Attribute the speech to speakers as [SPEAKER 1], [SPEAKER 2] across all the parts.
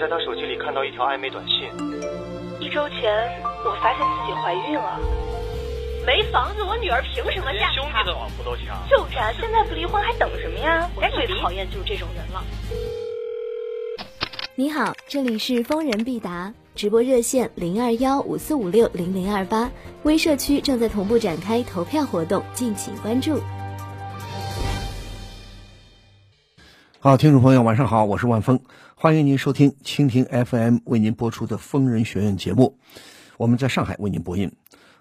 [SPEAKER 1] 在他手机里看到一条暧昧短信，
[SPEAKER 2] 一周前我发现自己怀孕了，没房子，我女儿凭什么嫁给他？
[SPEAKER 1] 往夫都强。
[SPEAKER 2] 就是啊，现在不离婚还等什么呀？我最讨厌就是这种人了。
[SPEAKER 3] 你好，这里是疯人必答直播热线零二幺五四五六零零二八，微社区正在同步展开投票活动，敬请关注。
[SPEAKER 4] 好，听众朋友，晚上好，我是万峰，欢迎您收听蜻蜓 FM 为您播出的《疯人学院》节目，我们在上海为您播音。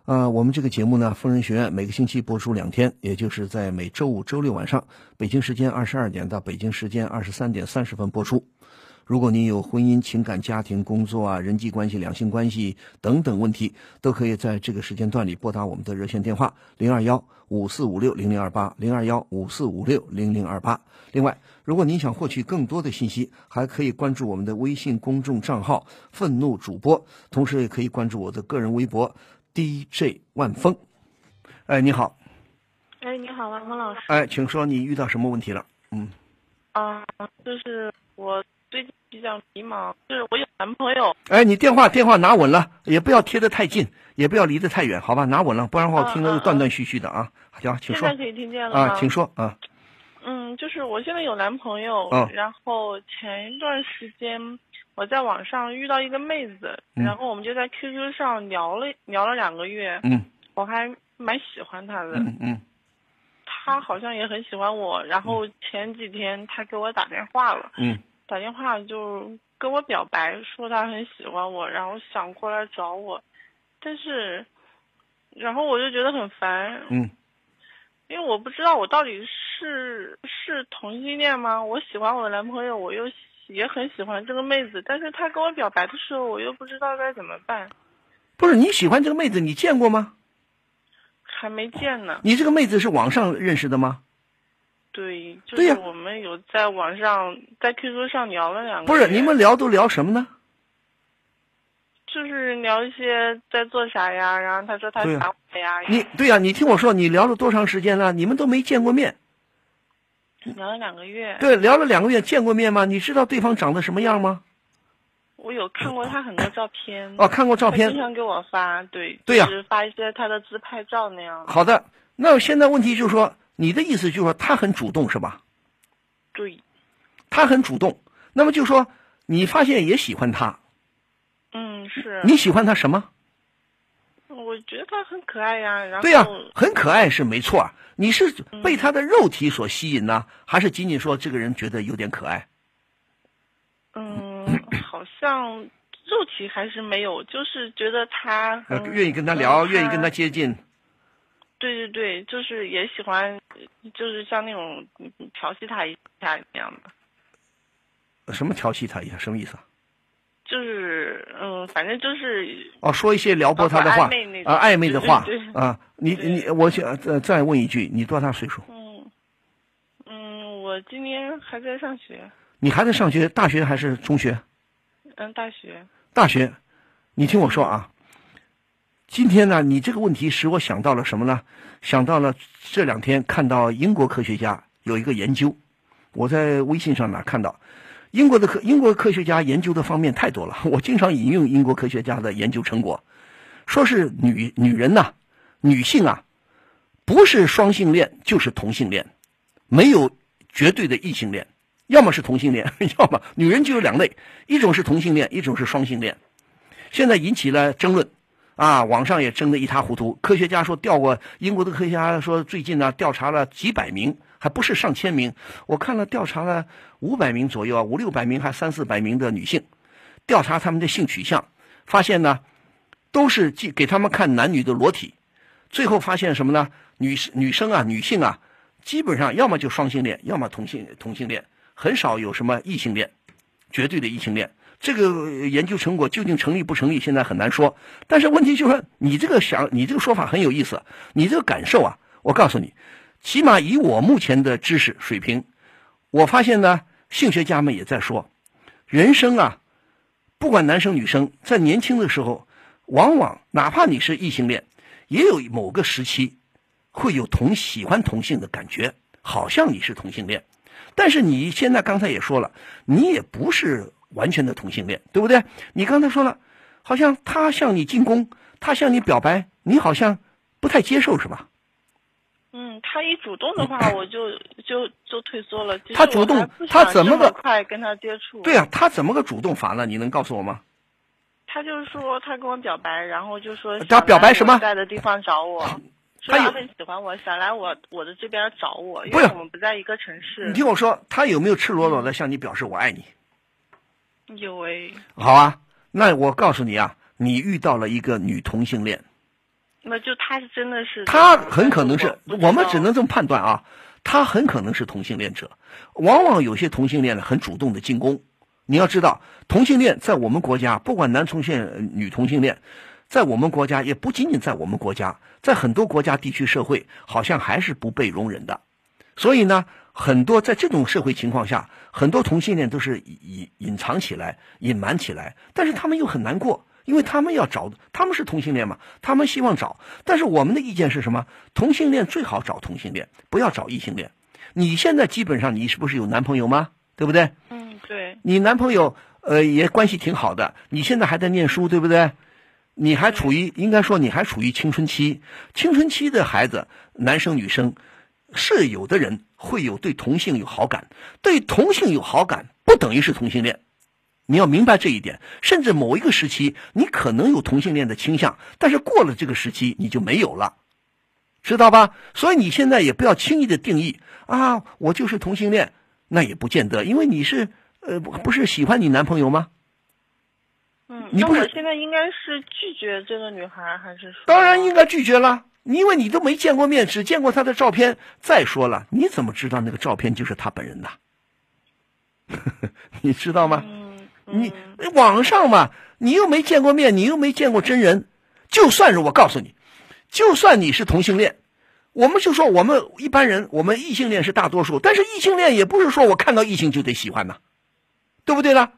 [SPEAKER 4] 啊、我们这个节目呢，疯人学院每个星期播出两天，也就是在每周五、周六晚上，北京时间二十二点到北京时间二十三点三十分播出。如果您有婚姻、情感、家庭、工作啊、人际关系、两性关系等等问题，都可以在这个时间段里拨打我们的热线电话零二幺五四五六零零二八零二幺五四五六零零二八。另外，如果您想获取更多的信息，还可以关注我们的微信公众账号“愤怒主播”，同时也可以关注我的个人微博 DJ 万峰。哎，你好，
[SPEAKER 5] 哎，你好，王峰老师。
[SPEAKER 4] 哎，请说你遇到什么问题了？嗯，
[SPEAKER 5] 嗯、就是我最近比较迷茫，就是我有男朋友，
[SPEAKER 4] 哎，你电话电话拿稳了，也不要贴得太近，也不要离得太远，好吧？拿稳了，不然的话我听
[SPEAKER 5] 嗯
[SPEAKER 4] 着
[SPEAKER 5] 嗯嗯
[SPEAKER 4] 断断续续的啊。行，请
[SPEAKER 5] 现
[SPEAKER 4] 说
[SPEAKER 5] 在可以听见了吗？
[SPEAKER 4] 啊，请说啊。
[SPEAKER 5] 嗯，就是我现在有男朋友，
[SPEAKER 4] 嗯
[SPEAKER 5] 然后前一段时间我在网上遇到一个妹子，
[SPEAKER 4] 嗯
[SPEAKER 5] 然后我们就在 QQ 上聊了聊了两个月，
[SPEAKER 4] 嗯
[SPEAKER 5] 我还蛮喜欢她的，
[SPEAKER 4] 嗯嗯
[SPEAKER 5] 她好像也很喜欢我。然后前几天她给我打电话了，
[SPEAKER 4] 嗯
[SPEAKER 5] 打电话就跟我表白，说她很喜欢我，然后想过来找我，但是，然后我就觉得很烦，
[SPEAKER 4] 嗯
[SPEAKER 5] 因为我不知道我到底是是同性恋吗？我喜欢我的男朋友，我又喜也很喜欢这个妹子，但是她跟我表白的时候，我又不知道该怎么办，
[SPEAKER 4] 不是你喜欢这个妹子，你见过吗？
[SPEAKER 5] 还没见呢。
[SPEAKER 4] 你这个妹子是网上认识的吗？
[SPEAKER 5] 对，就
[SPEAKER 4] 对呀
[SPEAKER 5] 是我们有在网上在 QQ 上聊了两个月，
[SPEAKER 4] 不是，你们聊都聊什么呢？
[SPEAKER 5] 就是聊一些在做啥呀，然后她说她
[SPEAKER 4] 对呀
[SPEAKER 5] 想我呀，
[SPEAKER 4] 你对呀、你听我说，你聊了多长时间了？你们都没见过面，
[SPEAKER 5] 聊了两个月，
[SPEAKER 4] 对，聊了两个月，见过面吗？你知道对方长得什么样吗？
[SPEAKER 5] 我有看过她很多照片，
[SPEAKER 4] 哦，看过照
[SPEAKER 5] 她
[SPEAKER 4] 片
[SPEAKER 5] 经，常给我发，对，
[SPEAKER 4] 对呀啊
[SPEAKER 5] 就是发一些她的自拍照那样，
[SPEAKER 4] 好的，那现在问题就是说，你的意思就是说他很主动是吧？
[SPEAKER 5] 对，
[SPEAKER 4] 他很主动，那么就说你发现也喜欢他，
[SPEAKER 5] 嗯，是。
[SPEAKER 4] 你喜欢他什么？
[SPEAKER 5] 我觉得她很可爱呀、然后嗯
[SPEAKER 4] 对呀、很可爱是没错儿。你是被他的肉体所吸引呢，还是仅仅说这个人觉得有点可爱？
[SPEAKER 5] 嗯，好像肉体还是没有，就是觉得她
[SPEAKER 4] 呃
[SPEAKER 5] 很
[SPEAKER 4] 愿意跟他聊，
[SPEAKER 5] 嗯
[SPEAKER 4] 愿意跟他接近。
[SPEAKER 5] 对对对，就是也喜欢，就是像那种嗯调戏她一下那样的，
[SPEAKER 4] 什么调戏他一下？什么意思啊？
[SPEAKER 5] 就是嗯，反正就是
[SPEAKER 4] 哦，说一些撩拨他的
[SPEAKER 5] 啊
[SPEAKER 4] 话
[SPEAKER 5] 不暧昧那，种
[SPEAKER 4] 啊，暧昧的话
[SPEAKER 5] 对对对
[SPEAKER 4] 啊。你你，我想再再问一句，你多大岁数？
[SPEAKER 5] 嗯嗯，我今年还在上学，
[SPEAKER 4] 你还在上学？大学还是中学？
[SPEAKER 5] 嗯，大学，
[SPEAKER 4] 大学，你听我说啊，今天呢，你这个问题使我想到了什么呢？想到了这两天看到英国科学家有一个研究，我在微信上哪看到？英国的科英国科学家研究的方面太多了，我经常引用英国科学家的研究成果，说是女女人呐、女性啊，不是双性恋就是同性恋，没有绝对的异性恋，要么是同性恋， 要么女人就有两类，一种是同性恋，一种是双性恋。现在引起了争论，啊，网上也争得一塌糊涂。科学家说调过，英国的科学家说最近呢调查了几百名，还不是上千名，我看了调查了五百名左右啊，五六百名还三四百名的女性，调查她们的性取向，发现呢都是给给他们看男女的裸体，最后发现什么呢？女女生啊，女性啊，基本上要么就双性恋，要么同性同性恋，很少有什么异性恋，绝对的异性恋。这个呃研究成果究竟成立不成立，现在很难说。但是问题就是说，你这个想，你这个说法很有意思，你这个感受啊，我告诉你，起码以我目前的知识水平，我发现呢，性学家们也在说，人生啊，不管男生女生，在年轻的时候，往往哪怕你是异性恋，也有某个时期会有同喜欢同性的感觉，好像你是同性恋。但是你现在刚才也说了，你也不是完全的同性恋，对不对？你刚才说了，好像他向你进攻，他向你表白，你好像不太接受，是吧？
[SPEAKER 5] 嗯，他一主动的话，我就就就退缩了。其实
[SPEAKER 4] 他主动
[SPEAKER 5] 我还不想
[SPEAKER 4] 他怎么
[SPEAKER 5] 这么
[SPEAKER 4] 个
[SPEAKER 5] 快跟他接触？
[SPEAKER 4] 对啊，他怎么个主动法呢？你能告诉我吗？
[SPEAKER 5] 他就说他跟我表白，然后就说
[SPEAKER 4] 他表白什么
[SPEAKER 5] 想来我在的地方找我，说
[SPEAKER 4] 他有
[SPEAKER 5] 他很喜欢我，想来我我的这边找我，因
[SPEAKER 4] 不
[SPEAKER 5] 为
[SPEAKER 4] 是
[SPEAKER 5] 我们不在一个城市。
[SPEAKER 4] 你听我说，他有没有赤裸裸的向你表示我爱你？
[SPEAKER 5] 有诶，
[SPEAKER 4] 好啊，那我告诉你啊，你遇到了一个女同性恋，
[SPEAKER 5] 那就他是真的是
[SPEAKER 4] 她很可能是，
[SPEAKER 5] 不知
[SPEAKER 4] 我们只
[SPEAKER 5] 道
[SPEAKER 4] 能这么判断啊，她很可能是同性恋者。往往有些同性恋呢很主动的进攻，你要知道，同性恋在我们国家，不管男同性恋、女同性恋，在我们国家也不仅仅在我们国家，在很多国家地区社会好像还是不被容忍的。所以呢，很多在这种社会情况下，很多同性恋都是隐隐藏起来、隐瞒起来，但是他们又很难过，因为他们要找，他们是同性恋嘛，他们希望找。但是我们的意见是什么？同性恋最好找同性恋，不要找异性恋。你现在基本上你是不是有男朋友吗？对不对？
[SPEAKER 5] 嗯对，
[SPEAKER 4] 你男朋友呃也关系挺好的，你现在还在念书，对不对？你还处于应该说你还处于青春期，青春期的孩子，男生女生，是有的人会有对同性有好感，对同性有好感不等于是同性恋，你要明白这一点。甚至某一个时期，你可能有同性恋的倾向，但是过了这个时期你就没有了。知道吧？所以你现在也不要轻易的定义啊，我就是同性恋，那也不见得，因为你是呃，不不是喜欢你男朋友吗？
[SPEAKER 5] 嗯，
[SPEAKER 4] 你
[SPEAKER 5] 那
[SPEAKER 4] 不是
[SPEAKER 5] 我现在应该是拒绝这个女孩，还是说
[SPEAKER 4] 当然应该拒绝了，因为你都没见过面，只见过他的照片。再说了，你怎么知道那个照片就是他本人的？ 你知道吗？
[SPEAKER 5] 嗯
[SPEAKER 4] 你网上嘛，你又没见过面，你又没见过真人，就算是我告诉你，就算你是同性恋，我们就说我们一般人，我们异性恋是大多数，但是异性恋也不是说我看到异性就得喜欢呐、对不对呢？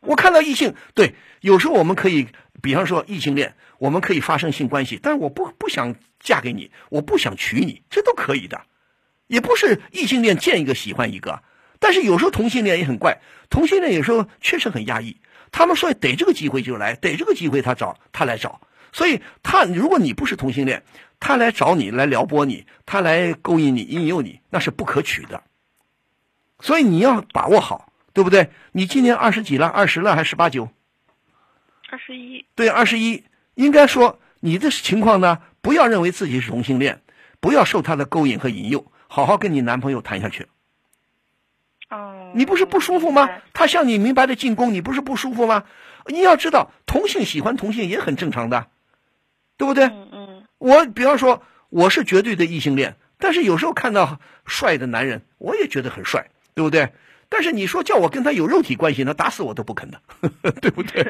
[SPEAKER 4] 我看到异性，对，有时候我们可以，比方说异性恋，我们可以发生性关系，但是我不不想嫁给你，我不想娶你，这都可以的。也不是异性恋见一个喜欢一个，啊但是有时候同性恋也很怪，同性恋有时候确实很压抑，他们说逮这个机会就来，逮这个机会他找他来找，所以他如果你不是同性恋，他来找你来撩拨你，他来勾引你引诱你，那是不可取的，所以你要把握好，对不对？你今年二十几了，二十了还是十八九？
[SPEAKER 5] 二十一？
[SPEAKER 4] 对，二十一，应该说你的情况呢，不要认为自己是同性恋，不要受他的勾引和引诱，好好跟你男朋友谈下去。
[SPEAKER 5] 嗯，
[SPEAKER 4] 你不是不舒服吗？他向你明白的进攻，你不是不舒服吗？你要知道，同性喜欢同性也很正常的，对不对？
[SPEAKER 5] 嗯嗯
[SPEAKER 4] 我比方说，我是绝对的异性恋，但是有时候看到帅的男人，我也觉得很帅，对不对？但是你说叫我跟他有肉体关系，那打死我都不肯的， 对不对？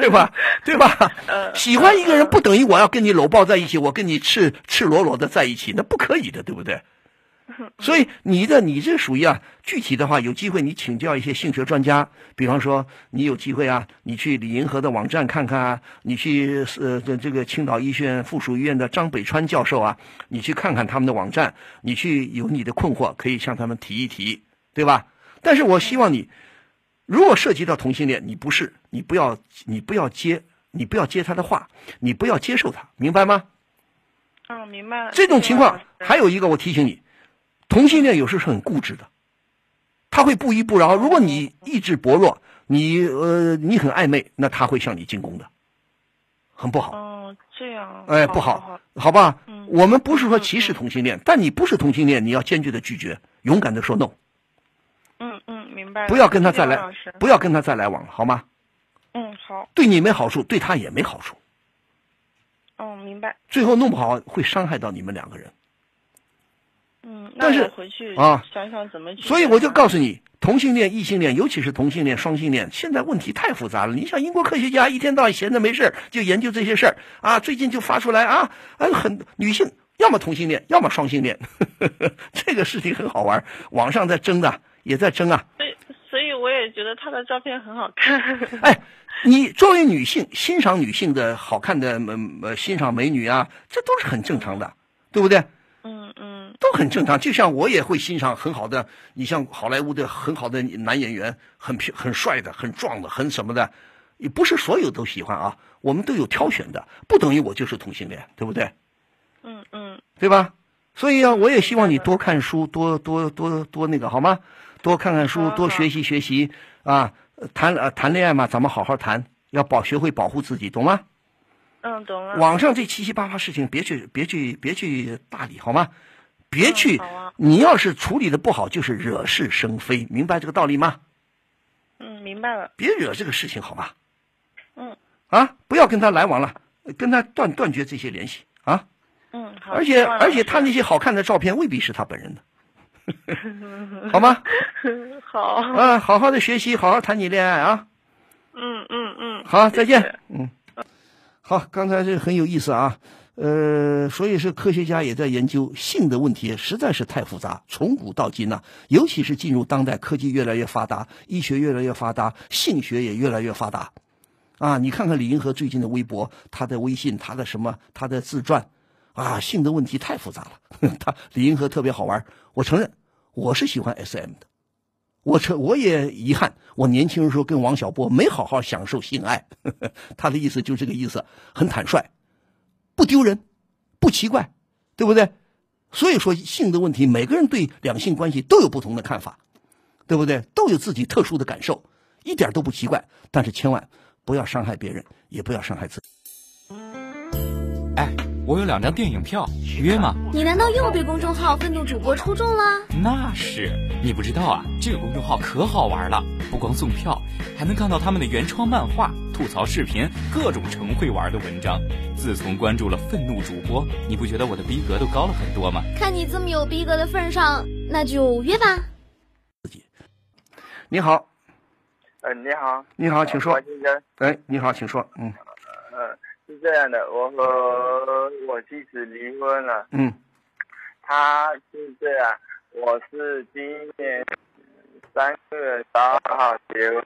[SPEAKER 4] 对吧？对 吧？喜欢一个人不等于我要跟你搂抱在一起，我跟你赤赤裸裸的在一起，那不可以的，对不对？所以你的你这属于啊，具体的话有机会你请教一些性学专家，比方说你有机会啊，你去李银河的网站看看啊，你去呃这这个青岛医院附属医院的张北川教授啊，你去看看他们的网站，你去有你的困惑可以向他们提一提，对吧？但是我希望你，如果涉及到同性恋，你不是你不要你不要接你不要接他的话，你不要接受他，明白吗？
[SPEAKER 5] 嗯，明白了。
[SPEAKER 4] 这种
[SPEAKER 5] 谢谢
[SPEAKER 4] 情
[SPEAKER 5] 老
[SPEAKER 4] 况
[SPEAKER 5] 师
[SPEAKER 4] 还有一个，我提醒你，同性恋有时候是很固执的，他会不依不饶。如果你意志薄弱，你呃你很暧昧，那他会向你进攻的，很不好。
[SPEAKER 5] 哦，这样
[SPEAKER 4] 哎，不好，好吧
[SPEAKER 5] 嗯？
[SPEAKER 4] 我们不是说歧视同性恋，但你不是同性恋，你要坚决的拒绝，勇敢的说 no，
[SPEAKER 5] 嗯嗯，明白了。
[SPEAKER 4] 不要跟他再
[SPEAKER 5] 谢谢王
[SPEAKER 4] 来
[SPEAKER 5] 老师，
[SPEAKER 4] 不要跟他再来往了，好吗？
[SPEAKER 5] 嗯，好，
[SPEAKER 4] 对你没好处，对他也没好处，
[SPEAKER 5] 嗯，明白。
[SPEAKER 4] 最后弄不好会伤害到你们两个人。
[SPEAKER 5] 嗯，
[SPEAKER 4] 但
[SPEAKER 5] 那
[SPEAKER 4] 是
[SPEAKER 5] 我回去
[SPEAKER 4] 啊
[SPEAKER 5] 想想怎么去。
[SPEAKER 4] 所以我就告诉你，同性恋、异性恋，尤其是同性恋、双性恋，现在问题太复杂了。你像英国科学家一天到晚闲着没事儿就研究这些事儿啊，最近就发出来啊，哎，很女性要么同性恋，要么双性恋， 这个事情很好玩儿，网上在争的，也在争啊。
[SPEAKER 5] 所以，所以我也觉得她的照片很好看。
[SPEAKER 4] 哎，你作为女性欣赏女性嗯的好看的呃呃欣赏美女啊，这都是很正常的，对不对？
[SPEAKER 5] 嗯嗯。嗯
[SPEAKER 4] 都很正常。就像我也会欣赏很好的，你像好莱坞的很好的男演员，很漂、很帅的、很壮的、很什么的，也不是所有都喜欢啊。我们都有挑选的，不等于我就是同性恋，对不对？
[SPEAKER 5] 嗯嗯，
[SPEAKER 4] 对吧？所以啊，我也希望你多看书，多多多多那个好吗？多看看书
[SPEAKER 5] 好，好
[SPEAKER 4] 多学习学习啊！呃谈呃谈恋爱嘛，咱们好好谈，要保学会保护自己，懂吗？
[SPEAKER 5] 嗯，懂了。
[SPEAKER 4] 网上这七七八八事情，别去别去别去大理好吗？别去，
[SPEAKER 5] 嗯好啊
[SPEAKER 4] 你要是处理的不好，就是惹是生非，明白这个道理吗？
[SPEAKER 5] 嗯，明白了。
[SPEAKER 4] 别惹这个事情好吗？
[SPEAKER 5] 嗯
[SPEAKER 4] 啊，不要跟他来往了，跟他断断绝这些联系啊！
[SPEAKER 5] 嗯，好。
[SPEAKER 4] 而且
[SPEAKER 5] 知道了
[SPEAKER 4] 而且他那些好看的照片未必是他本人 的，好吗？
[SPEAKER 5] 好。
[SPEAKER 4] 啊，好好的学习，好好谈你恋爱啊！
[SPEAKER 5] 嗯嗯嗯，
[SPEAKER 4] 好，再
[SPEAKER 5] 谢
[SPEAKER 4] 见
[SPEAKER 5] 谢。
[SPEAKER 4] 嗯，好，刚才这很有意思啊。呃，所以是科学家也在研究性的问题，实在是太复杂。从古到今呐、尤其是进入当代，科技越来越发达，医学越来越发达，性学也越来越发达。啊，你看看李银河最近的微博，他的微信，他的什么，他的自传，啊，性的问题太复杂了。 他李银河特别好玩，我承认，我是喜欢 SM 的。我承我也遗憾，我年轻的时候跟王小波没好好享受性爱， 他的意思就这个意思，很坦率，不丢人，不奇怪，对不对？所以说性的问题，每个人对两性关系都有不同的看法，对不对？都有自己特殊的感受，一点都不奇怪。但是千万不要伤害别人，也不要伤害自己。
[SPEAKER 6] 哎，我有两张电影票，约吗？
[SPEAKER 3] 你难道又被公众号愤怒主播抽中了？
[SPEAKER 6] 那是，你不知道啊，这个公众号可好玩了，不光送票，还能看到他们的原创漫画、吐槽视频、各种成会玩的文章。自从关注了愤怒主播，你不觉得我的逼格都高了很多吗？
[SPEAKER 3] 看你这么有逼格的份上，那就约吧。
[SPEAKER 4] 你好，
[SPEAKER 7] 呃，你好，
[SPEAKER 4] 你好，请说
[SPEAKER 7] 我。先生，
[SPEAKER 4] 哎，你好，请说。嗯
[SPEAKER 7] 呃，是这样的，我和我妻子离婚了，
[SPEAKER 4] 嗯
[SPEAKER 7] 她是这样，我是今年三月十二号结婚，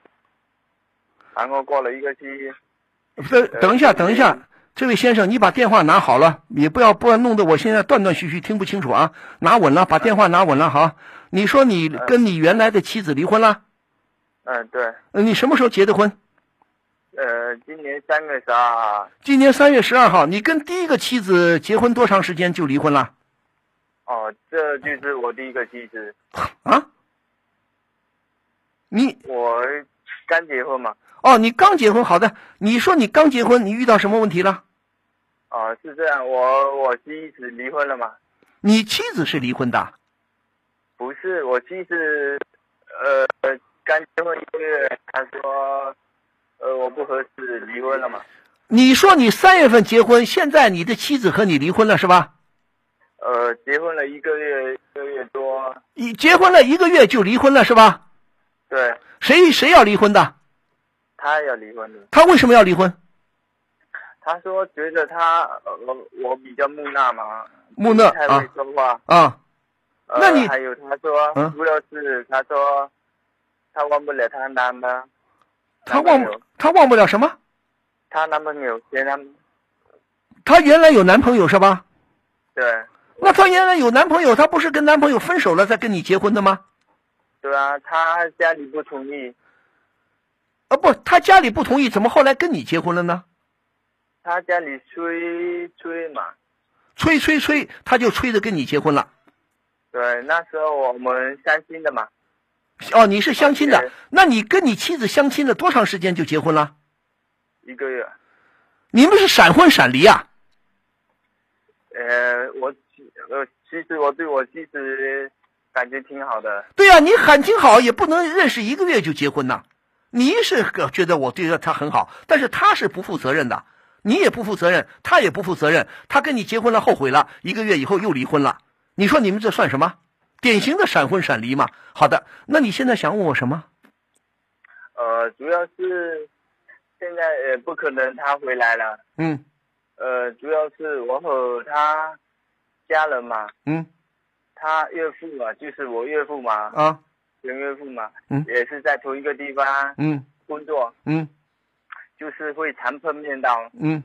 [SPEAKER 7] 然后过了一个星期，，
[SPEAKER 4] 等等一下，等一下，这位先生，你把电话拿好了，也不要不然弄得我现在断断续续听不清楚啊。拿稳了，把电话拿稳了，好。你说你跟你原来的妻子离婚了？
[SPEAKER 7] 嗯、对，
[SPEAKER 4] 呃你什么时候结的婚？
[SPEAKER 7] 呃，今年三月十二号，
[SPEAKER 4] 今年三月十二号，你跟第一个妻子结婚多长时间就离婚了？
[SPEAKER 7] 哦，这就是我第一个妻子，
[SPEAKER 4] 啊？你
[SPEAKER 7] 我刚结婚嘛，
[SPEAKER 4] 哦，你刚结婚，好的。你说你刚结婚，你遇到什么问题了？
[SPEAKER 7] 哦、是这样，我我妻子离婚了嘛，
[SPEAKER 4] 你妻子是离婚的，
[SPEAKER 7] 不是，我妻子，呃，刚结婚一个月，她说，呃，我不合适，离婚了嘛。
[SPEAKER 4] 你说你三月份结婚，现在你的妻子和你离婚了是吧？
[SPEAKER 7] 呃，结婚了一个月，一个月多，
[SPEAKER 4] 你结婚了一个月就离婚了是吧？
[SPEAKER 7] 对，
[SPEAKER 4] 谁谁要离婚的？
[SPEAKER 7] 她要离婚的。
[SPEAKER 4] 他为什么要离婚？
[SPEAKER 7] 她说觉得她，呃，我比较木讷嘛，
[SPEAKER 4] 木讷
[SPEAKER 7] 不太会
[SPEAKER 4] 啊
[SPEAKER 7] 说话。
[SPEAKER 4] 啊，
[SPEAKER 7] 呃、
[SPEAKER 4] 那你
[SPEAKER 7] 还有她说，
[SPEAKER 4] 嗯
[SPEAKER 7] 主要是她说，她忘不了她男的，
[SPEAKER 4] 他
[SPEAKER 7] 男朋
[SPEAKER 4] 忘
[SPEAKER 7] 友
[SPEAKER 4] 他忘不了什么？
[SPEAKER 7] 她男朋友前男，
[SPEAKER 4] 她原来有男朋友是吧？
[SPEAKER 7] 对，
[SPEAKER 4] 那她原来有男朋友，她不是跟男朋友分手了再跟你结婚的吗？
[SPEAKER 7] 对啊，她家里不同意，
[SPEAKER 4] 啊，不，她家里不同意，怎么后来跟你结婚了呢？
[SPEAKER 7] 她家里催催嘛。
[SPEAKER 4] 催催催，她就催着跟你结婚了。
[SPEAKER 7] 对，那时候我们相亲的嘛，
[SPEAKER 4] 哦，你是相亲的
[SPEAKER 7] 对，
[SPEAKER 4] 那你跟你妻子相亲了多长时间就结婚了？
[SPEAKER 7] 一个月。
[SPEAKER 4] 你们是闪婚闪离啊？
[SPEAKER 7] 呃，我其呃，其实我对我妻子感觉挺好的。
[SPEAKER 4] 对呀、你感情好也不能认识一个月就结婚呐。你是个觉得我对他很好，但是他是不负责任的，你也不负责任，他也不负责任。他跟你结婚了，后悔了，一个月以后又离婚了。你说你们这算什么？典型的闪婚闪离嘛。好的，那你现在想问我什么？
[SPEAKER 7] 呃，主要是现在呃不可能他回来了。
[SPEAKER 4] 嗯
[SPEAKER 7] 呃，主要是我和他家人嘛，
[SPEAKER 4] 嗯
[SPEAKER 7] 他岳父嘛，就是我岳父嘛，
[SPEAKER 4] 啊
[SPEAKER 7] 前岳父嘛，
[SPEAKER 4] 嗯
[SPEAKER 7] 也是在同一个地方
[SPEAKER 4] 嗯
[SPEAKER 7] 工作，
[SPEAKER 4] 嗯
[SPEAKER 7] 就是会常碰面到。
[SPEAKER 4] 嗯，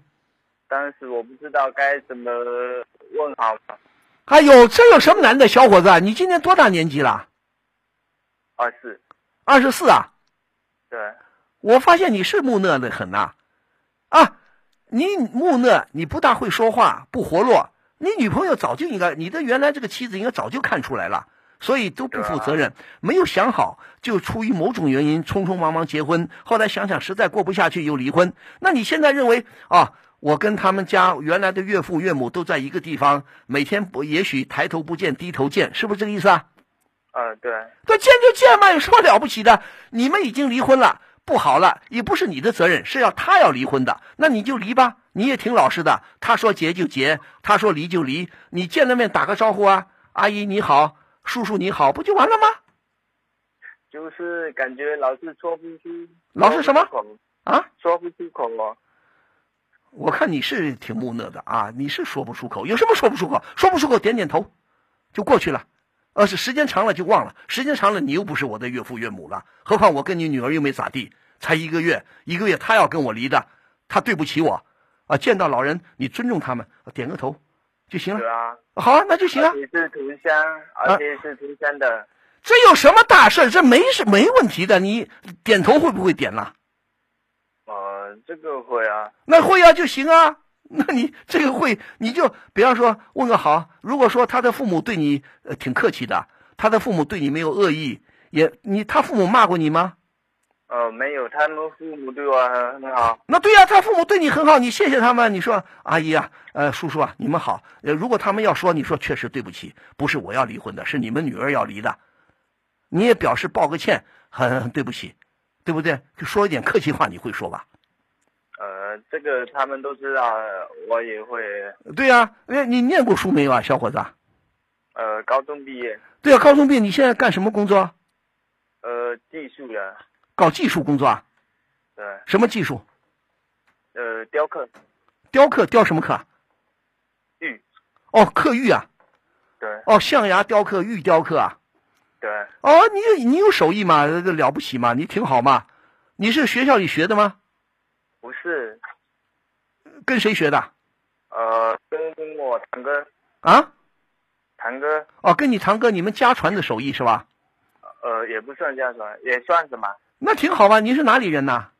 [SPEAKER 7] 当时我不知道该怎么问好嘛。
[SPEAKER 4] 哎呦，这有什么难的，小伙子？你今年多大年纪了？
[SPEAKER 7] 二四，
[SPEAKER 4] 二十四啊？
[SPEAKER 7] 对，
[SPEAKER 4] 我发现你是木讷的很呐、啊，你木讷，你不大会说话，不活络。你女朋友早就应该，你的原来这个妻子应该早就看出来了，所以都不负责任，没有想好，就出于某种原因匆匆忙忙结婚，后来想想实在过不下去又离婚。那你现在认为啊，我跟他们家原来的岳父岳母都在一个地方，每天不也许抬头不见低头见，是不是这个意思啊？
[SPEAKER 7] 嗯，对，
[SPEAKER 4] 那见就见嘛，有什么了不起的？你们已经离婚了，不好了，也不是你的责任，是要他要离婚的，那你就离吧。你也挺老实的，他说结就结，他说离就离，你见了面打个招呼啊，阿姨你好，叔叔你好，不就完了吗？
[SPEAKER 7] 就是感觉老是说不出，
[SPEAKER 4] 老是什么
[SPEAKER 7] 说不出口
[SPEAKER 4] 啊，
[SPEAKER 7] 说不出口哦。
[SPEAKER 4] 我看你是挺木讷的啊，你是说不出口，有什么说不出口？说不出口，点点头，就过去了。呃，是时间长了就忘了，时间长了你又不是我的岳父岳母了，何况我跟你女儿又没咋地，才一个月，一个月她要跟我离的，她对不起我，啊，见到老人你尊重他们，啊点个头就行
[SPEAKER 7] 对
[SPEAKER 4] 了。
[SPEAKER 7] 啊，
[SPEAKER 4] 好啊，那就行啊
[SPEAKER 7] 而，且是同乡，
[SPEAKER 4] 啊
[SPEAKER 7] 而且是同乡的，
[SPEAKER 4] 这有什么大事？这没是没问题的，你点头会不会点啦？
[SPEAKER 7] 呃，这个会啊，
[SPEAKER 4] 那会啊就行啊。那你这个会，你就比方说问个好。如果说他的父母对你呃挺客气的，他的父母对你没有恶意，也你他父母骂过你吗？
[SPEAKER 7] 呃，没有，他们父母对我很很好，
[SPEAKER 4] 那对呀、他父母对你很好，你谢谢他们。你说阿姨啊，呃，叔叔啊，你们好。呃，如果他们要说，你说确实对不起，不是我要离婚的，是你们女儿要离的，你也表示抱个歉，很很对不起，对不对？就说一点客气话，你会说吧？
[SPEAKER 7] 呃，这个他们都知道，呃我也会，
[SPEAKER 4] 对呀、哎，你念过书没有啊，小伙子？
[SPEAKER 7] 呃，高中毕业，
[SPEAKER 4] 对啊，高中毕业，你现在干什么工作？
[SPEAKER 7] 呃，技术的，
[SPEAKER 4] 搞技术工作啊？
[SPEAKER 7] 对，
[SPEAKER 4] 什么技术？
[SPEAKER 7] 呃，雕刻，
[SPEAKER 4] 雕刻雕什么刻啊？
[SPEAKER 7] 玉，
[SPEAKER 4] 哦，刻玉啊，
[SPEAKER 7] 对
[SPEAKER 4] 哦，象牙雕刻、玉雕刻啊。
[SPEAKER 7] 对，
[SPEAKER 4] 哦，你有你有手艺嘛？这了不起嘛？你挺好嘛？你是学校里学的吗？
[SPEAKER 7] 不是，
[SPEAKER 4] 跟谁学的？
[SPEAKER 7] 呃，跟我堂哥，
[SPEAKER 4] 啊？
[SPEAKER 7] 堂哥，
[SPEAKER 4] 哦，跟你堂哥你们家传的手艺是吧？
[SPEAKER 7] 呃，也不算叫什么，也算什么，
[SPEAKER 4] 那挺好吧？你是哪里人呐？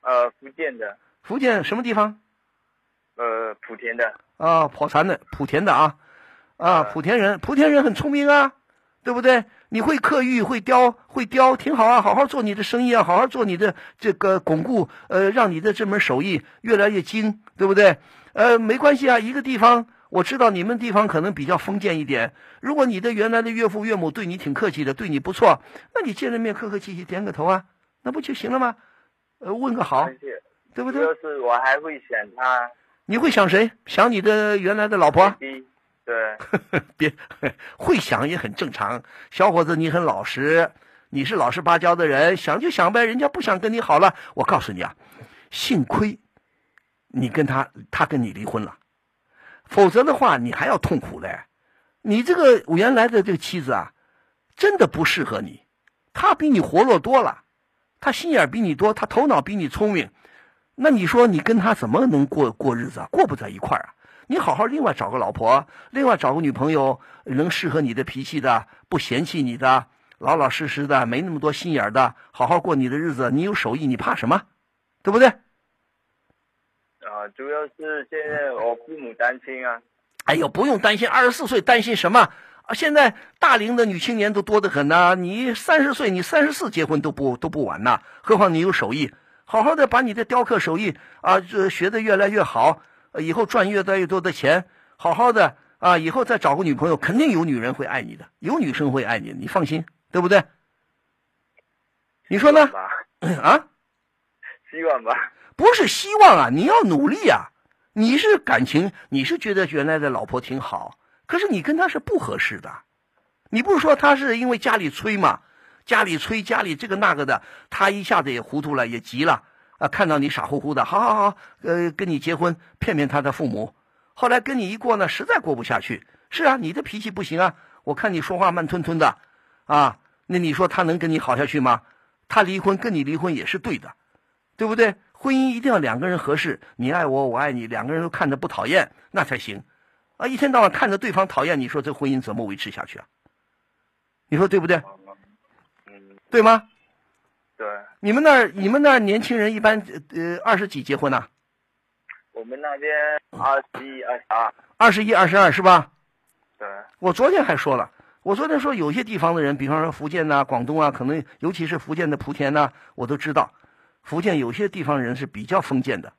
[SPEAKER 7] 呃，福建的，
[SPEAKER 4] 福建什么地方？
[SPEAKER 7] 呃，莆田的，
[SPEAKER 4] 啊，莆田的，莆田的啊，啊，莆田人，莆田人很聪明啊，对不对？你会刻玉，会雕，会雕，挺好啊，好好做你的生意啊，好好做你的这个巩固，呃，让你的这门手艺越来越精，对不对？呃，没关系啊，一个地方，我知道你们地方可能比较封建一点，如果你的原来的岳父岳母对你挺客气的，对你不错，那你见了面客客气气点个头啊，那不就行了吗？呃，问个好
[SPEAKER 7] 而，且
[SPEAKER 4] 对不对？
[SPEAKER 7] 就是我还会想他，
[SPEAKER 4] 你会想谁？想你的原来的老婆啊？
[SPEAKER 7] 弟弟，对，
[SPEAKER 4] 别会想也很正常，小伙子，你很老实，你是老实巴交的人，想就想呗，人家不想跟你好了。我告诉你啊，幸亏你跟他，他跟你离婚了，否则的话你还要痛苦嘞。你这个原来的这个妻子啊，真的不适合你，她比你活络多了，她心眼儿比你多，她头脑比你聪明，那你说你跟他怎么能过过日子啊？过不在一块儿啊！你好好另外找个老婆，另外找个女朋友，能适合你的脾气的，不嫌弃你的，老老实实的，没那么多心眼儿的，好好过你的日子。你有手艺，你怕什么？对不对？
[SPEAKER 7] 呃，主要是现在我父母单亲啊，
[SPEAKER 4] 哎呦，不用担心，二十四岁担心什么？啊，现在大龄的女青年都多得很呐、你三十岁，你三十四结婚都不都不晚呐、何况你有手艺，好好的把你的雕刻手艺啊，这学的越来越好，呃以后赚越来越多的钱，好好的啊，以后再找个女朋友，肯定有女人会爱你的，有女生会爱你的，你放心，对不对？你说呢？
[SPEAKER 7] 吧，
[SPEAKER 4] 啊？
[SPEAKER 7] 希望吧，
[SPEAKER 4] 不是希望啊，你要努力啊。你是感情，你是觉得原来的老婆挺好，可是你跟她是不合适的。你不是说她是因为家里催嘛，家里催，家里这个那个的，她一下子也糊涂了，也急了啊！看到你傻乎乎的，好好好，呃，跟你结婚，骗骗她的父母。后来跟你一过呢，实在过不下去。是啊，你的脾气不行啊，我看你说话慢吞吞的，啊，那你说她能跟你好下去吗？她离婚跟你离婚也是对的，对不对？婚姻一定要两个人合适，你爱我，我爱你，两个人都看着不讨厌，那才行。啊，一天到晚看着对方讨厌，你说这婚姻怎么维持下去啊？你说对不对？
[SPEAKER 7] 嗯，
[SPEAKER 4] 对吗？
[SPEAKER 7] 对，
[SPEAKER 4] 你们那儿你们那儿年轻人一般呃二十几结婚呐、
[SPEAKER 7] 我们那边
[SPEAKER 4] 嗯
[SPEAKER 7] 二十一、二十二，
[SPEAKER 4] 二十一、二十二是吧？
[SPEAKER 7] 对，
[SPEAKER 4] 我昨天还说了，我昨天说有些地方的人，比方说福建呐、广东啊，可能尤其是福建的莆田呐、我都知道，福建有些地方人是比较封建的，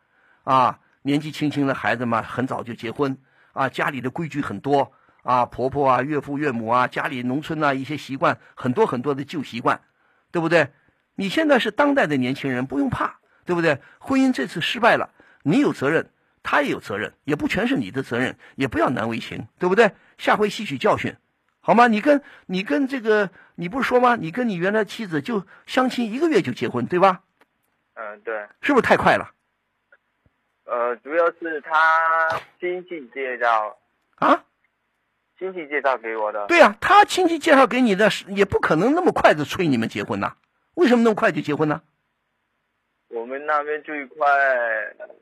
[SPEAKER 4] 啊，年纪轻轻的孩子嘛，很早就结婚，啊，家里的规矩很多，啊，婆婆啊、岳父岳母啊，家里农村呐、一些习惯，很多很多的旧习惯，对不对？你现在是当代的年轻人，不用怕，对不对？婚姻这次失败了，你有责任，他也有责任，也不全是你的责任，也不要难为情，对不对？下回吸取教训，好吗？你跟你跟这个，你不是说吗？你跟你原来妻子就相亲一个月就结婚，对吧？
[SPEAKER 7] 嗯，对，
[SPEAKER 4] 是不是太快了
[SPEAKER 7] 呃，主要是他亲戚介绍，
[SPEAKER 4] 啊？
[SPEAKER 7] 亲戚介绍给我的，
[SPEAKER 4] 对呀、啊他亲戚介绍给你的，是也不可能那么快的催你们结婚呐、为什么那么快就结婚呢？
[SPEAKER 7] 我们那边最快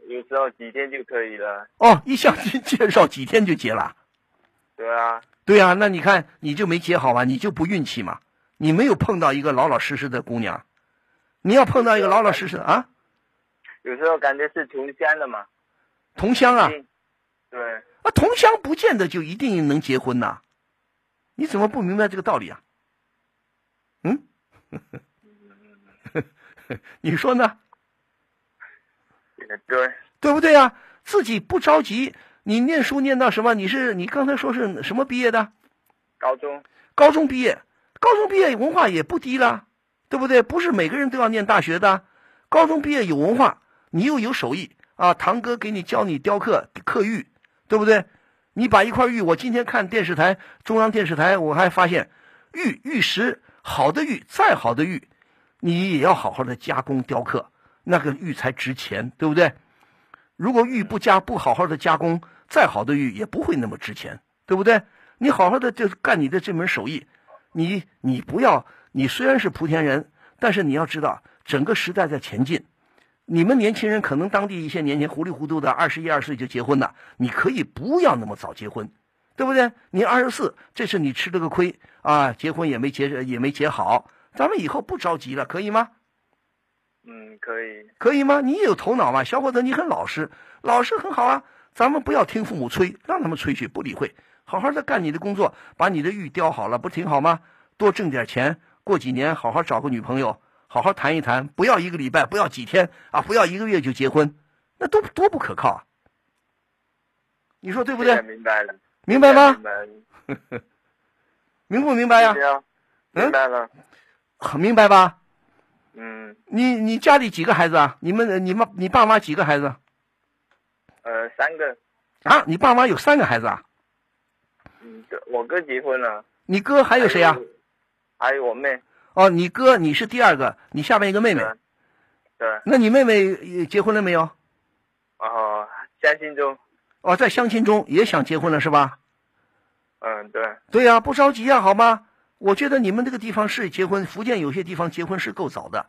[SPEAKER 7] 有时候几天就可以了，
[SPEAKER 4] 哦，一相亲介绍几天就结了。
[SPEAKER 7] 对啊，
[SPEAKER 4] 对呀、那你看你就没结好啊，你就不运气嘛，你没有碰到一个老老实实的姑娘，你要碰到一个老老实实啊，
[SPEAKER 7] 有时候感觉是同乡的嘛，
[SPEAKER 4] 同乡啊，
[SPEAKER 7] 嗯，对，
[SPEAKER 4] 啊同乡不见得就一定能结婚呐、你怎么不明白这个道理啊？嗯， 你说呢？
[SPEAKER 7] 也对，
[SPEAKER 4] 对不对呀、自己不着急，你念书念到什么？你是你刚才说是什么毕业的？
[SPEAKER 7] 高中，
[SPEAKER 4] 高中毕业，高中毕业文化也不低啦，对不对？不是每个人都要念大学的，高中毕业有文化，你又有手艺啊，堂哥给你教你雕刻刻玉，对不对？你把一块玉，我今天看电视台中央电视台，我还发现玉玉石好的玉，再好的玉，你也要好好的加工雕刻，那个玉才值钱，对不对？如果玉不加不好好的加工，再好的玉也不会那么值钱，对不对？你好好的就干你的这门手艺，你你不要，你虽然是莆田人，但是你要知道整个时代在前进。你们年轻人可能当地一些年轻人糊里糊涂的，二十一二岁就结婚了，你可以不要那么早结婚，对不对？你二十四，这是你吃了个亏啊，结婚也没结也没结好，咱们以后不着急了，可以吗？
[SPEAKER 7] 嗯，可以，
[SPEAKER 4] 可以吗？你也有头脑嘛，小伙子，你很老实，老实很好啊。咱们不要听父母催，让他们催去，不理会，好好的干你的工作，把你的玉雕好了，不挺好吗？多挣点钱，过几年好好找个女朋友，好好谈一谈，不要一个礼拜，不要几天啊，不要一个月就结婚，那多多不可靠啊！你说对不
[SPEAKER 7] 现在
[SPEAKER 4] 对？
[SPEAKER 7] 明白了，
[SPEAKER 4] 明白吗
[SPEAKER 7] 明？白了，
[SPEAKER 4] 明不明白呀
[SPEAKER 7] 对？哎呀，
[SPEAKER 4] 嗯
[SPEAKER 7] 明白了，
[SPEAKER 4] 很明白吧？
[SPEAKER 7] 嗯，
[SPEAKER 4] 你你家里几个孩子啊？你们你妈你爸妈几个孩子
[SPEAKER 7] 呃，三个，
[SPEAKER 4] 啊？你爸妈有三个孩子啊？
[SPEAKER 7] 嗯，对我哥结婚了，
[SPEAKER 4] 你哥还有谁呀、啊？
[SPEAKER 7] 还有我妹，
[SPEAKER 4] 哦，你哥你是第二个，你下面一个妹妹。
[SPEAKER 7] 对对，
[SPEAKER 4] 那你妹妹呃结婚了没有？
[SPEAKER 7] 然后相亲中，
[SPEAKER 4] 哦，在相亲中也想结婚了是吧？
[SPEAKER 7] 嗯，对，
[SPEAKER 4] 对呀、不着急呀、好吗？我觉得你们这个地方是结婚，福建有些地方结婚是够早的，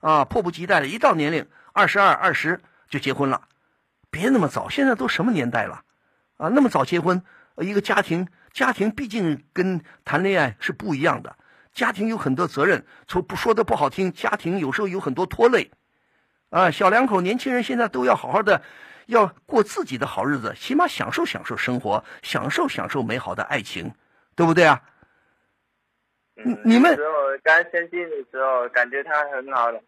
[SPEAKER 4] 啊，迫不及待的，一到年龄二十二、二十就结婚了，别那么早，现在都什么年代了，啊，那么早结婚，呃一个家庭，家庭毕竟跟谈恋爱是不一样的，家庭有很多责任，从不说的不好听，家庭有时候有很多拖累，啊，小两口年轻人现在都要好好的，要过自己的好日子，起码享受享受生活，享受享受美好的爱情，对不对啊？
[SPEAKER 7] 嗯，
[SPEAKER 4] 你你们
[SPEAKER 7] 有时候刚相亲的时候，感觉他很好了。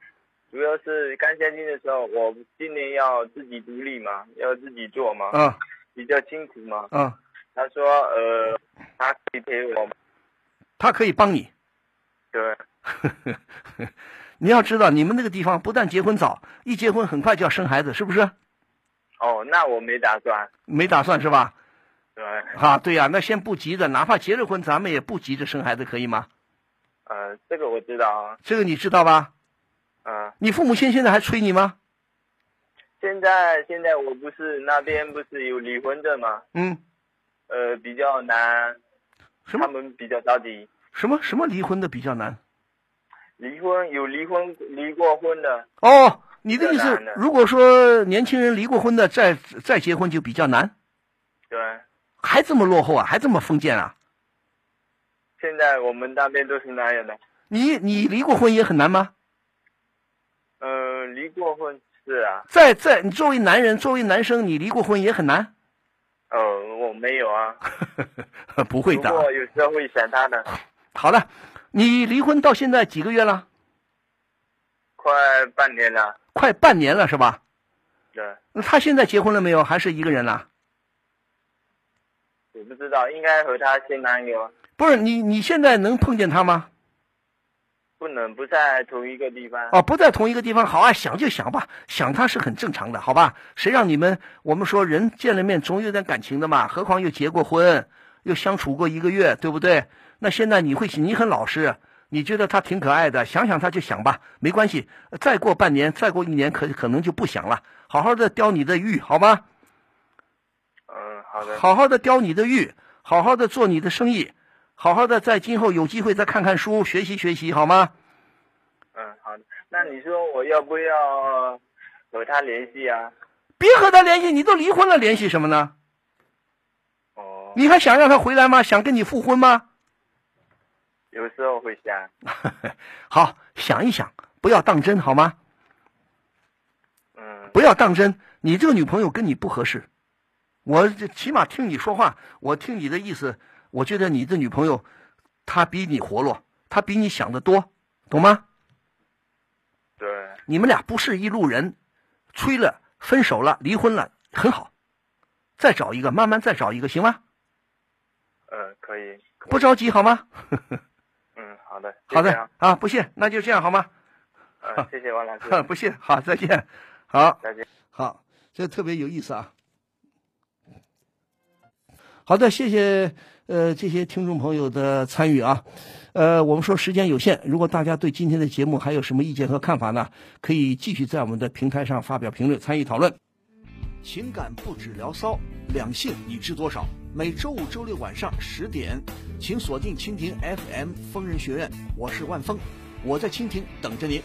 [SPEAKER 7] 主要是刚相亲的时候，我今年要自己独立嘛，要自己做嘛，
[SPEAKER 4] 啊
[SPEAKER 7] 比较辛苦嘛。
[SPEAKER 4] 啊，
[SPEAKER 7] 他说，呃，他可以陪我，
[SPEAKER 4] 他可以帮你。
[SPEAKER 7] 对，
[SPEAKER 4] 你要知道，你们那个地方不但结婚早，一结婚很快就要生孩子，是不是？
[SPEAKER 7] 哦，那我没打算，
[SPEAKER 4] 没打算是吧？
[SPEAKER 7] 对，
[SPEAKER 4] 啊，对呀、那先不急着，哪怕结了婚，咱们也不急着生孩子，可以吗？
[SPEAKER 7] 呃，这个我知道啊，
[SPEAKER 4] 这个你知道吧？
[SPEAKER 7] 嗯、
[SPEAKER 4] 你父母亲现在还催你吗？
[SPEAKER 7] 现在现在我不是那边不是有离婚证嘛，
[SPEAKER 4] 嗯，
[SPEAKER 7] 呃，比较难，
[SPEAKER 4] 什
[SPEAKER 7] 他
[SPEAKER 4] 么
[SPEAKER 7] 们比较着急，
[SPEAKER 4] 什么什么离婚的比较难？
[SPEAKER 7] 离婚有离婚离过婚的，
[SPEAKER 4] 哦，你的意
[SPEAKER 7] 比较
[SPEAKER 4] 思
[SPEAKER 7] 难的，
[SPEAKER 4] 如果说年轻人离过婚的再再结婚就比较难
[SPEAKER 7] 对，
[SPEAKER 4] 还这么落后啊，还这么封建啊？
[SPEAKER 7] 现在我们那边都是那样的。
[SPEAKER 4] 你你离过婚也很难吗？
[SPEAKER 7] 呃，离过婚是啊，
[SPEAKER 4] 在在，你作为男人，作为男生，你离过婚也很难？
[SPEAKER 7] 呃，我没有啊，
[SPEAKER 4] 不会
[SPEAKER 7] 不
[SPEAKER 4] 的啊。
[SPEAKER 7] 过有时候会想他的。
[SPEAKER 4] 好了，你离婚到现在几个月了？
[SPEAKER 7] 快半年了，
[SPEAKER 4] 快半年了是吧？
[SPEAKER 7] 对，
[SPEAKER 4] 那他现在结婚了没有？还是一个人啊了？
[SPEAKER 7] 我不知道，应该和他前男友啊
[SPEAKER 4] 不是你，你现在能碰见他吗？
[SPEAKER 7] 不能不在同一个地方。
[SPEAKER 4] 哦，不在同一个地方，好啊，想就想吧，想他是很正常的，好吧？谁让你们我们说人见了面总有点感情的嘛，何况又结过婚，又相处过一个月，对不对？那现在你会，你很老实，你觉得他挺可爱的，想想他就想吧，没关系，再过半年，再过一年，可可能就不想了，好好的雕你的玉，好吗？
[SPEAKER 7] 嗯，好的，
[SPEAKER 4] 好好的雕你的玉，好好的做你的生意，好好的在今后有机会再看看书，学习学习，好吗？
[SPEAKER 7] 嗯，好的。那你说我要不要和他联系啊？
[SPEAKER 4] 别和他联系，你都离婚了，联系什么呢？
[SPEAKER 7] 哦，
[SPEAKER 4] 你还想让他回来吗？想跟你复婚吗？
[SPEAKER 7] 有时候会想，
[SPEAKER 4] 好，想一想，不要当真好吗？
[SPEAKER 7] 嗯，
[SPEAKER 4] 不要当真，你这个女朋友跟你不合适。我这起码听你说话，我听你的意思，我觉得你的女朋友，她比你活络，她比你想的多，懂吗？
[SPEAKER 7] 对，
[SPEAKER 4] 你们俩不是一路人，吹了，分手了，离婚了，很好，再找一个，慢慢再找一个，行吗？
[SPEAKER 7] 嗯，可以，
[SPEAKER 4] 不着急好吗？
[SPEAKER 7] 嗯，好的，谢
[SPEAKER 4] 好
[SPEAKER 7] 谢
[SPEAKER 4] 的
[SPEAKER 7] 啊，
[SPEAKER 4] 啊，不谢，那就这样好吗？
[SPEAKER 7] 嗯， 谢谢王老师，
[SPEAKER 4] 不谢，好，再见，好。
[SPEAKER 7] 再见。
[SPEAKER 4] 好，这特别有意思啊。好的，谢谢呃这些听众朋友的参与啊，呃，我们说时间有限，如果大家对今天的节目还有什么意见和看法呢，可以继续在我们的平台上发表评论，参与讨论。情感不止聊骚，两性你知多少？每周五、周六晚上十点，请锁定蜻蜓 FM 疯人学院，我是万峰，我在蜻蜓等着您。